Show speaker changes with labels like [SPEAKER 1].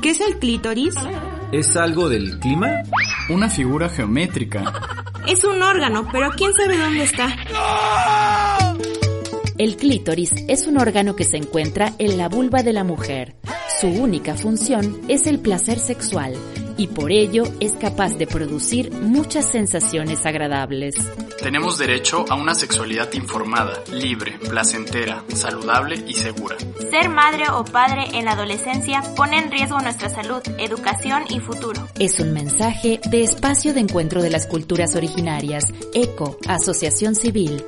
[SPEAKER 1] ¿Qué es el clítoris?
[SPEAKER 2] ¿Es algo del clima?
[SPEAKER 3] Una figura geométrica.
[SPEAKER 1] Es un órgano, pero ¿quién sabe dónde está?
[SPEAKER 4] El clítoris es un órgano que se encuentra en la vulva de la mujer. Su única función es el placer sexual y por ello es capaz de producir muchas sensaciones agradables.
[SPEAKER 3] Tenemos derecho a una sexualidad informada, libre, placentera, saludable y segura.
[SPEAKER 5] Ser madre o padre en la adolescencia pone en riesgo nuestra salud, educación y futuro.
[SPEAKER 4] Es un mensaje de Espacio de Encuentro de las Culturas Originarias, ECO, E Asociación Civil,